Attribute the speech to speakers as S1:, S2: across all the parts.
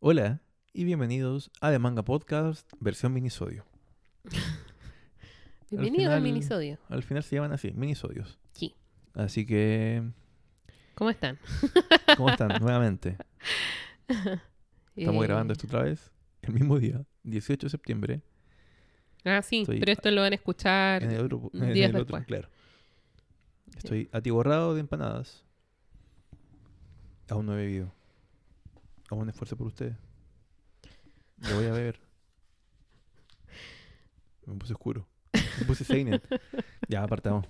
S1: Hola y bienvenidos a The Manga Podcast versión minisodio.
S2: Bienvenido al,
S1: final-
S2: minisodio.
S1: Al final se llaman así, minisodios.
S2: Sí.
S1: Así que,
S2: ¿Cómo están?
S1: ¿cómo están? Nuevamente. Estamos
S2: Eh,
S1: grabando esto otra vez el mismo día, 18 de septiembre,
S2: Ah, sí,
S1: Estoy-
S2: pero esto lo van a escuchar.
S1: en el otro, en
S2: Días
S1: el otro
S2: después.
S1: claro. Estoy atiborrado de empanadas. Aún no he bebido. Hago un esfuerzo por ustedes. Lo voy a beber. Me puse oscuro. Me puse Seinen. Ya, apartamos.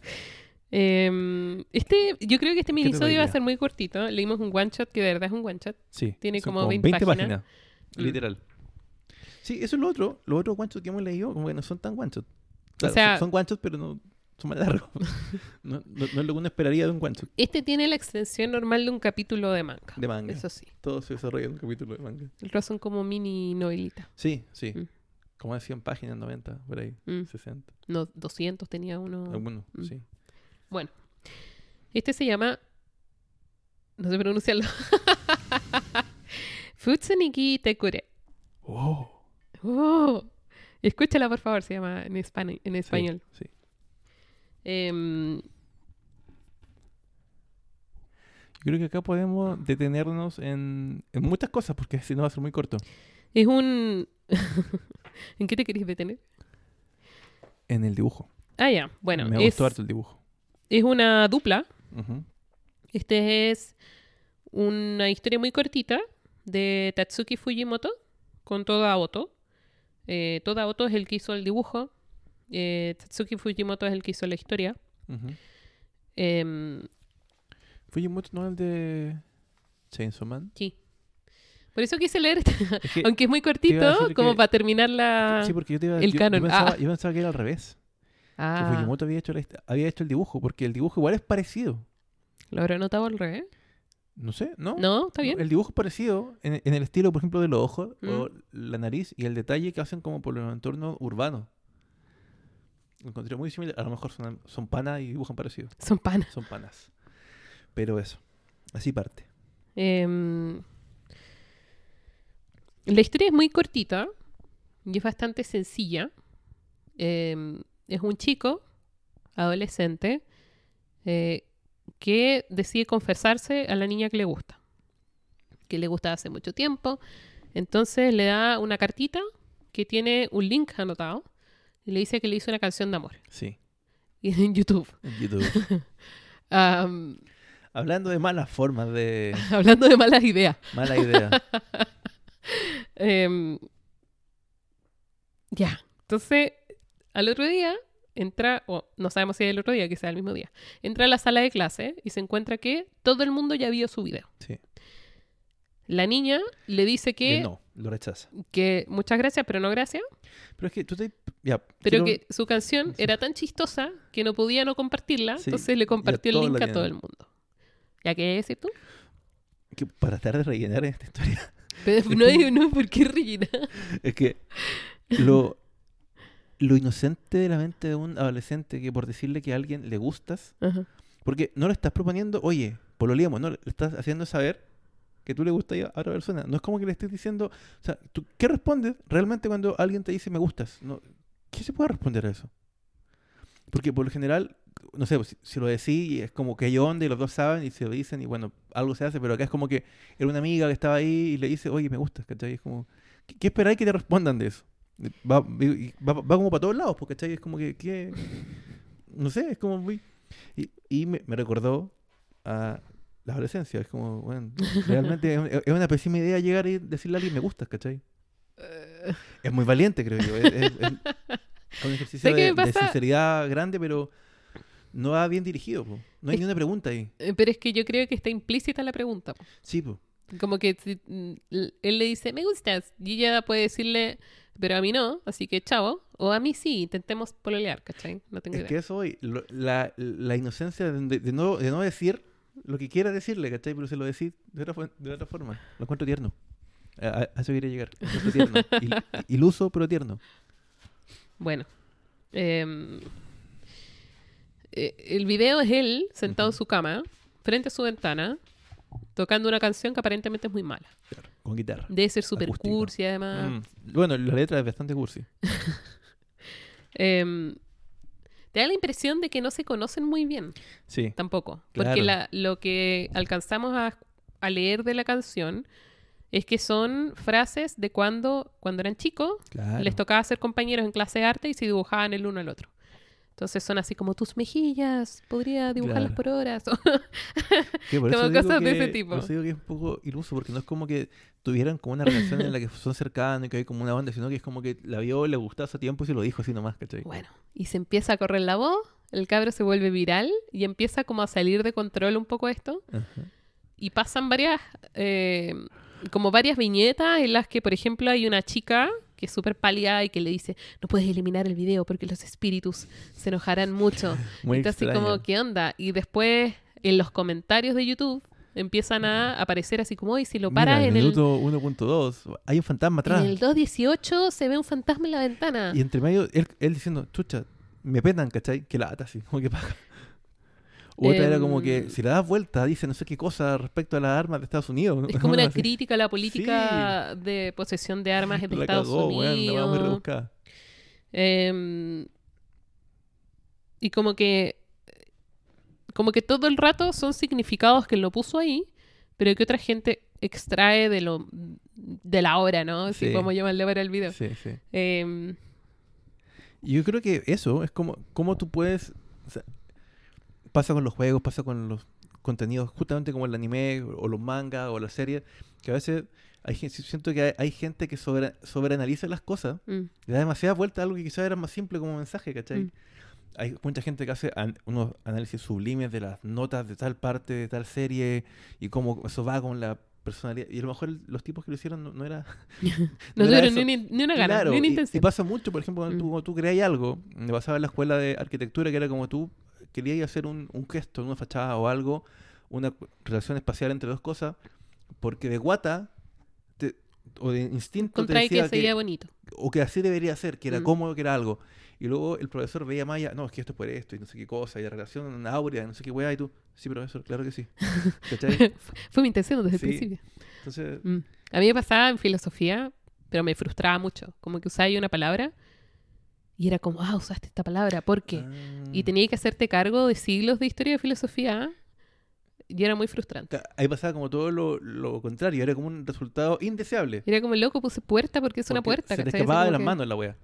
S2: Em, este, yo creo que este
S1: ¿Qué te
S2: minisodio va a
S1: parece?
S2: ser muy cortito. Leímos un one shot que de verdad es un one shot.
S1: Sí.
S2: Tiene
S1: son
S2: como 20 páginas. Mm.
S1: Literal. Sí, eso es lo otro. Los otros guanchos que hemos leído, como que no son tan guanchos.
S2: sea-
S1: son guanchos, pero no son más largos. no, no- no es lo que uno esperaría de un guancho
S2: Este tiene la extensión normal de un capítulo de manga.
S1: de manga.
S2: Eso sí.
S1: Todo se desarrolla en un capítulo de manga.
S2: El resto son como mini novelitas.
S1: Sí, sí.
S2: Mm.
S1: Como de 100 páginas, 90, por ahí,
S2: Mm,
S1: 60.
S2: No, 200 tenía uno.
S1: Algunos,
S2: Mm.
S1: sí.
S2: Este se llama. No sé pronunciarlo. Futsuniki Tekure.
S1: ¡Oh!
S2: Oh, escúchala, por favor, se llama en, hispani- en
S1: Sí,
S2: español.
S1: Sí.
S2: Em,
S1: Yo creo que acá podemos detenernos en, en muchas cosas, porque si no va a ser muy corto.
S2: es un. ¿En qué te querés detener?
S1: En el dibujo.
S2: Ah, ya. Bueno,
S1: Me
S2: es,
S1: gustó harto el dibujo.
S2: es una dupla.
S1: Ujú.
S2: Este es una historia muy cortita de Tatsuki Fujimoto con Toda Oto. Eh, Toda Oto es el que hizo el dibujo. eh, Tatsuki Fujimoto es el que hizo la historia.
S1: Ujú.
S2: Em,
S1: Fujimoto no es el de Chainsaw Man.
S2: sí. Por eso quise leer, esta-
S1: Es que-
S2: aunque es muy
S1: iba a
S2: cortito,
S1: decir
S2: como
S1: que-
S2: para terminar la...
S1: sí, porque yo te iba- yo-
S2: el
S1: yo
S2: canon.
S1: pensaba,
S2: Ah.
S1: yo pensaba que era al revés.
S2: Ah,
S1: Que Fujimoto había hecho, la hist- había hecho el dibujo, porque el dibujo igual es parecido.
S2: ¿Lo habrá notado al revés?
S1: No sé, ¿no?
S2: No, está bien.
S1: El dibujo es parecido en, en el estilo, por ejemplo, de los ojos
S2: Mm.
S1: o la nariz y el detalle que hacen como por los entornos urbanos. Lo encontré muy similar. A lo mejor son, son panas y dibujan parecido.
S2: Son panas.
S1: Son panas. Pero eso. Así parte.
S2: Em, la historia es muy cortita y es bastante sencilla. Em, es un chico, adolescente, eh, que decide confesarse a la niña que le gusta, que le gusta hace mucho tiempo. Entonces le da una cartita que tiene un link anotado y le dice que le hizo una canción de amor
S1: Sí.
S2: en YouTube.
S1: en YouTube.
S2: Am,
S1: Hablando de malas formas de...
S2: hablando de malas ideas.
S1: Mala idea.
S2: Em, ya. Entonces, al otro día entra, o no sabemos si es el otro día, quizá el mismo día, entra a la sala de clase y se encuentra que todo el mundo ya vio su video.
S1: Sí.
S2: La niña le dice
S1: De
S2: que,
S1: No, lo rechaza.
S2: que muchas gracias, pero no gracias,
S1: Pero es que tú te... Ya, quiero-
S2: pero que su canción era tan chistosa que no podía no compartirla,
S1: Sí,
S2: entonces le compartió el
S1: todos la
S2: link a todo el
S1: tienen.
S2: mundo. ¿Ya qué decir tú?
S1: que para tratar de rellenar esta historia.
S2: Pero no hay no, ¿por qué ¿ah? rellenar?
S1: Es que lo, lo inocente de la mente de un adolescente que por decirle que a alguien le gustas,
S2: Ajá.
S1: porque no le estás proponiendo, oye, pololeamos, no, le estás haciendo saber que tú le gustas a otra persona. No es como que le estés diciendo, o sea, ¿tú, ¿qué respondes realmente cuando alguien te dice me gustas? No, ¿Qué se puede responder a eso? Porque por lo general, no sé, pues, si, si lo decís, es como que hay onda y los dos saben y se lo dicen y bueno, algo se hace, pero acá es como que era una amiga que estaba ahí y le dice, oye, me gustas, ¿cachai? Es como, ¿qué, qué esperáis que te respondan de eso? Va, y- y va- va como para todos lados, porque ¿cachai? Es como que, que- no sé, es como muy... Y, y me, me recordó a la adolescencia, es como, bueno, realmente es, un- es una pésima idea llegar y decirle a alguien, me gustas, ¿cachai? Es muy valiente, creo yo. Es, es- es un ejercicio
S2: ¿Sabes qué
S1: de,
S2: me
S1: de
S2: pasa?
S1: sinceridad grande, pero no va bien dirigido. po. No hay
S2: Es-
S1: ni una pregunta ahí.
S2: Eh, Pero es que yo creo que está implícita la pregunta. po.
S1: Sí, po.
S2: Como que si, mm, l- él le dice, me gustas. Y ella puede decirle, pero a mí no, así que chavo. O a mí sí, intentemos pololear, ¿cachai? No tengo
S1: es
S2: idea.
S1: que eso hoy, lo- la, la inocencia de, de no, de no decir lo que quiera decirle, ¿cachai? Pero se lo decís de otra, fo- de otra forma. Lo encuentro tierno. A, a- a eso quería llegar. Lo encuentro tierno. Il- iluso, pero tierno.
S2: Bueno. em, eh, el video es él sentado en
S1: Ujú.
S2: su cama, frente a su ventana, tocando una canción que aparentemente es muy mala.
S1: Claro, con guitarra.
S2: Debe ser super
S1: Acústica.
S2: cursi, además.
S1: Mm. Bueno, la letra es bastante cursi.
S2: Em, te da la impresión de que no se conocen muy bien,
S1: Sí.
S2: tampoco.
S1: Claro.
S2: Porque la- lo que alcanzamos a, a leer de la canción es que son frases de cuando, cuando eran chicos,
S1: Claro.
S2: les tocaba ser compañeros en clase de arte y se dibujaban el uno al otro. Entonces son así como tus mejillas, podría dibujarlas
S1: Claro.
S2: por horas.
S1: Sí, por
S2: como
S1: eso digo
S2: cosas de
S1: que-
S2: ese tipo.
S1: Por eso digo que es un poco iluso, porque no es como que tuvieran como una relación en la que son cercanos y que hay como una banda, sino que es como que la vio, le gustaba hace tiempo y se lo dijo así nomás, ¿cachai?
S2: Bueno, y se empieza a correr la voz, el cabro se vuelve viral y empieza como a salir de control un poco esto.
S1: Ajá.
S2: Y pasan varias, eh, como varias viñetas en las que, por ejemplo, hay una chica que es súper pálida y que le dice, no puedes eliminar el video porque los espíritus se enojarán mucho.
S1: Muy
S2: y está así
S1: extraño.
S2: como, ¿qué onda? Y después en los comentarios de YouTube empiezan a aparecer así como, y si lo
S1: Mira,
S2: paras
S1: en
S2: en el,
S1: minuto 1.2, hay un fantasma atrás.
S2: en el 2.18 se ve un fantasma en la ventana.
S1: Y entre medio, él, él diciendo, chucha, me penan, ¿cachai? Que la ata así, como que paja. Otra era como que,
S2: Em.
S1: si le das vuelta, dice no sé qué cosa respecto a las armas de Estados Unidos. ¿no?
S2: Es como una
S1: así.
S2: crítica a la política de posesión de armas en
S1: La
S2: Estados
S1: cagó, weón, la weá muy
S2: Unidos.
S1: rebuscada.
S2: Em, y como que como que todo el rato son significados que lo puso ahí, pero que otra gente extrae de lo de la obra, ¿no? Si
S1: Sí.
S2: podemos llamarle para el video.
S1: Sí, sí.
S2: Em,
S1: Y Yo creo que eso es como, como tú puedes. o sea, pasa con los juegos, pasa con los contenidos, justamente como el anime, o los mangas, o las series, que a veces hay, gen- siento que hay, hay gente que sobre, sobreanaliza las cosas,
S2: mm,
S1: le da demasiada vuelta a algo que quizás era más simple como mensaje, ¿cachai?
S2: Mm.
S1: Hay mucha gente que hace an- unos análisis sublimes de las notas de tal parte, de tal serie, y cómo eso va con la personalidad. Y a lo mejor el- los tipos que lo hicieron no, no era.
S2: no
S1: era
S2: tuvieron
S1: eso.
S2: ni, una- ni una gana,
S1: Claro,
S2: ni una
S1: y- Y,
S2: intención.
S1: pasa mucho, por ejemplo, cuando tú,
S2: Mm.
S1: cuando tú creas algo, me pasaba en la escuela de arquitectura que era como tú querías hacer un, un gesto, una fachada o algo, una cu- relación espacial entre dos cosas, porque de guata te- o de instinto te
S2: Contrae que
S1: decía
S2: sería
S1: que,
S2: bonito.
S1: o que así debería ser, que era
S2: Mm.
S1: cómodo, que era algo. Y luego el profesor veía Maya, no, es que esto es por esto, y no sé qué cosa, y la relación áurea, y no sé qué weá, y tú, sí, profesor, claro que sí. ¿Cachai?
S2: Fue mi intención desde
S1: Sí.
S2: el principio.
S1: Entonces,
S2: Mm. A mí me pasaba en filosofía, pero me frustraba mucho. Como que usaba yo una palabra y era como, ah, usaste esta palabra, ¿por qué? Y
S1: ah.
S2: tenía que hacerte cargo de siglos de historia de filosofía y era muy frustrante.
S1: Ca- Ahí pasaba como todo lo, lo contrario, era como un resultado indeseable.
S2: Era como loco, puse puerta porque es una
S1: Porque Se te
S2: puerta. ¿cachai? Así
S1: escapaba de
S2: como
S1: las
S2: que-
S1: manos Mm, la wea.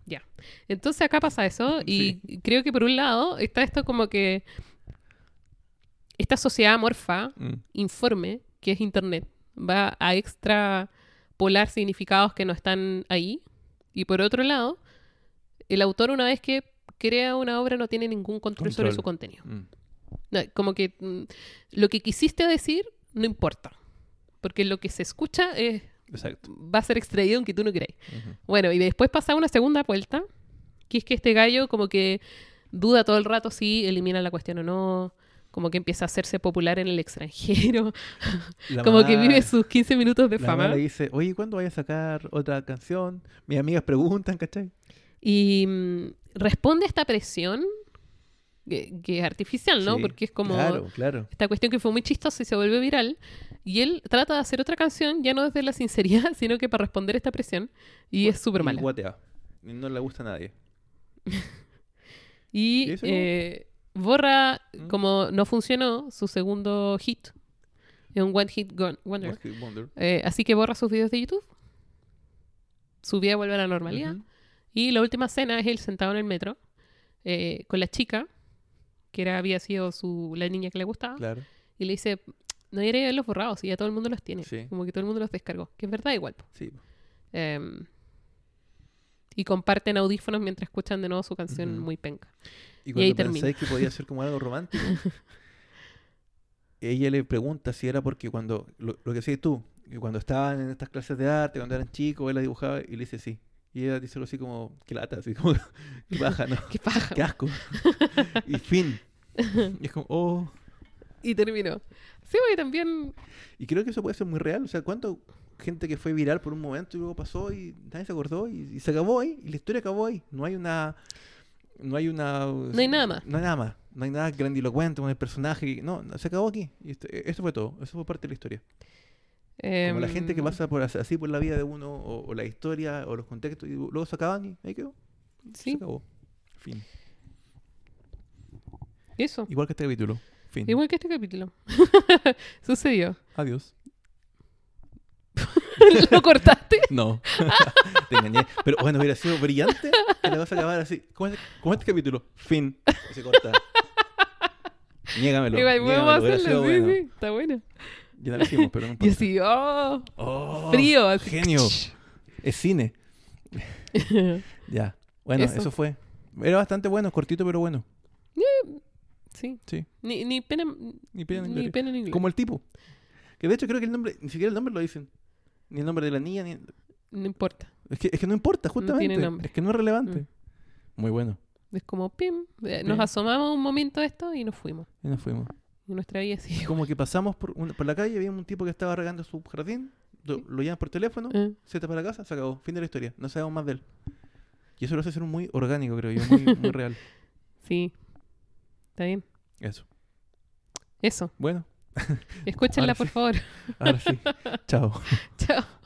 S2: Entonces acá pasa eso y creo que por un lado está esto como que esta sociedad amorfa,
S1: Mm,
S2: informe, que es Internet, va a extrapolar significados que no están ahí. Y por otro lado, el autor una vez que crea una obra no tiene ningún control. sobre
S1: Control.
S2: su contenido.
S1: Mm.
S2: No, como que mm, lo que quisiste decir no importa. Porque lo que se escucha es-
S1: Exacto.
S2: va a ser extraído aunque tú no queráis.
S1: Ujú.
S2: Bueno, y después pasa una segunda vuelta, que es que este gallo como que duda todo el rato si elimina la cuestión o no, como que empieza a hacerse popular en el extranjero,
S1: La
S2: como
S1: mamá-
S2: que vive sus 15 minutos de
S1: la mamá
S2: fama.
S1: le dice, oye, ¿cuándo vayas a sacar otra canción? Mis amigas preguntan, ¿cachai?
S2: Y mm, responde a esta presión, que, que es artificial, ¿no?
S1: Sí,
S2: Porque es como...
S1: Claro, claro.
S2: esta cuestión que fue muy chistosa y se volvió viral. Y él trata de hacer otra canción, ya no desde la sinceridad, sino que para responder esta presión. Y es súper mala.
S1: Y guatea. Y No le gusta a nadie. ¿Y
S2: Y
S1: eso?
S2: eh, borra,
S1: ¿Mm?
S2: como no funcionó, su segundo hit. Es un One Hit gon- Wonder.
S1: One Hit Wonder.
S2: Eh, así que borra sus videos de YouTube. Su vida vuelve a la normalidad.
S1: Ujú.
S2: Y la última escena es él sentado en el metro eh, con la chica, que era, había sido su, la niña que le gustaba.
S1: Claro.
S2: Y le dice, no iré a ver los borrados, y ya todo el mundo los tiene.
S1: Sí.
S2: Como que todo el mundo los descargó. Que es verdad igual. po.
S1: Sí.
S2: Em, y comparten audífonos mientras escuchan de nuevo su canción
S1: Ujú.
S2: muy penca.
S1: Y
S2: ahí
S1: cuando
S2: termina.
S1: pensáis que podía ser como algo romántico, ella le pregunta si era porque cuando, lo, lo que decías tú, que cuando estaban en estas clases de arte, cuando eran chicos, él la dibujaba y le dice sí. Y ella dice algo así como, qué lata, así como, qué baja, ¿no?
S2: ¡Qué paja!
S1: qué asco. y fin. Y es como, oh.
S2: Y terminó. Sí, porque también...
S1: Y creo que eso puede ser muy real. O sea, ¿cuánto gente que fue viral por un momento y luego pasó y nadie se acordó y, y se acabó ahí? Y la historia acabó ahí. No hay una. No hay una.
S2: No hay nada más.
S1: No hay nada más. No hay nada grandilocuente con el personaje. que- No, no, se acabó aquí. Y esto, eh, esto fue todo. Eso fue parte de la historia. Como la gente que
S2: Em,
S1: pasa por as- así por la vida de uno, o, o la historia, o los contextos, y luego se acaban y ahí quedó. Se
S2: Sí,
S1: acabó. Fin.
S2: eso.
S1: Igual que este capítulo. Fin.
S2: Igual que este capítulo. Sucedió.
S1: Adiós.
S2: ¿Lo cortaste?
S1: No. Te engañé. Pero bueno, hubiera sido brillante que la vas a acabar así. ¿Cómo es, cómo es este capítulo? Fin. Y se corta. Niégamelo.
S2: Igual
S1: niégamelo,
S2: podemos
S1: hubiera
S2: hacerlo.
S1: sido
S2: Sí,
S1: bueno.
S2: sí, está bueno.
S1: Ya lo hicimos, pero no
S2: Y
S1: importa.
S2: así, oh,
S1: Oh,
S2: frío. así.
S1: Genio. Es cine. Ya. Bueno, eso.
S2: Eso.
S1: fue. Era bastante bueno, cortito, pero bueno.
S2: Sí.
S1: Sí.
S2: Ni, ni pena
S1: Ni pena ni
S2: ni
S1: gloria.
S2: pena ni gloria.
S1: Como el tipo. Que de hecho creo que el nombre, ni siquiera el nombre lo dicen. Ni el nombre de la niña, ni...
S2: No importa.
S1: Es que, es que no importa, justamente.
S2: nombre. Mm.
S1: es que no es relevante. Muy bueno.
S2: Es como, pim. eh, Nos
S1: Sí.
S2: asomamos un momento a esto y nos fuimos.
S1: Y nos fuimos.
S2: Y nuestra vida sigue.
S1: Como que pasamos por, una- por la calle, había un tipo que estaba regando su jardín, lo, lo llaman por teléfono,
S2: Eh,
S1: se tapa la casa, se acabó. Fin de la historia. No sabemos más de él. Y eso lo hace ser muy orgánico, creo yo, muy, muy real.
S2: sí. Está bien.
S1: Eso.
S2: Eso.
S1: Bueno,
S2: Escúchenla,
S1: Ahora
S2: por
S1: sí.
S2: favor.
S1: ahora sí. Chao.
S2: Chao.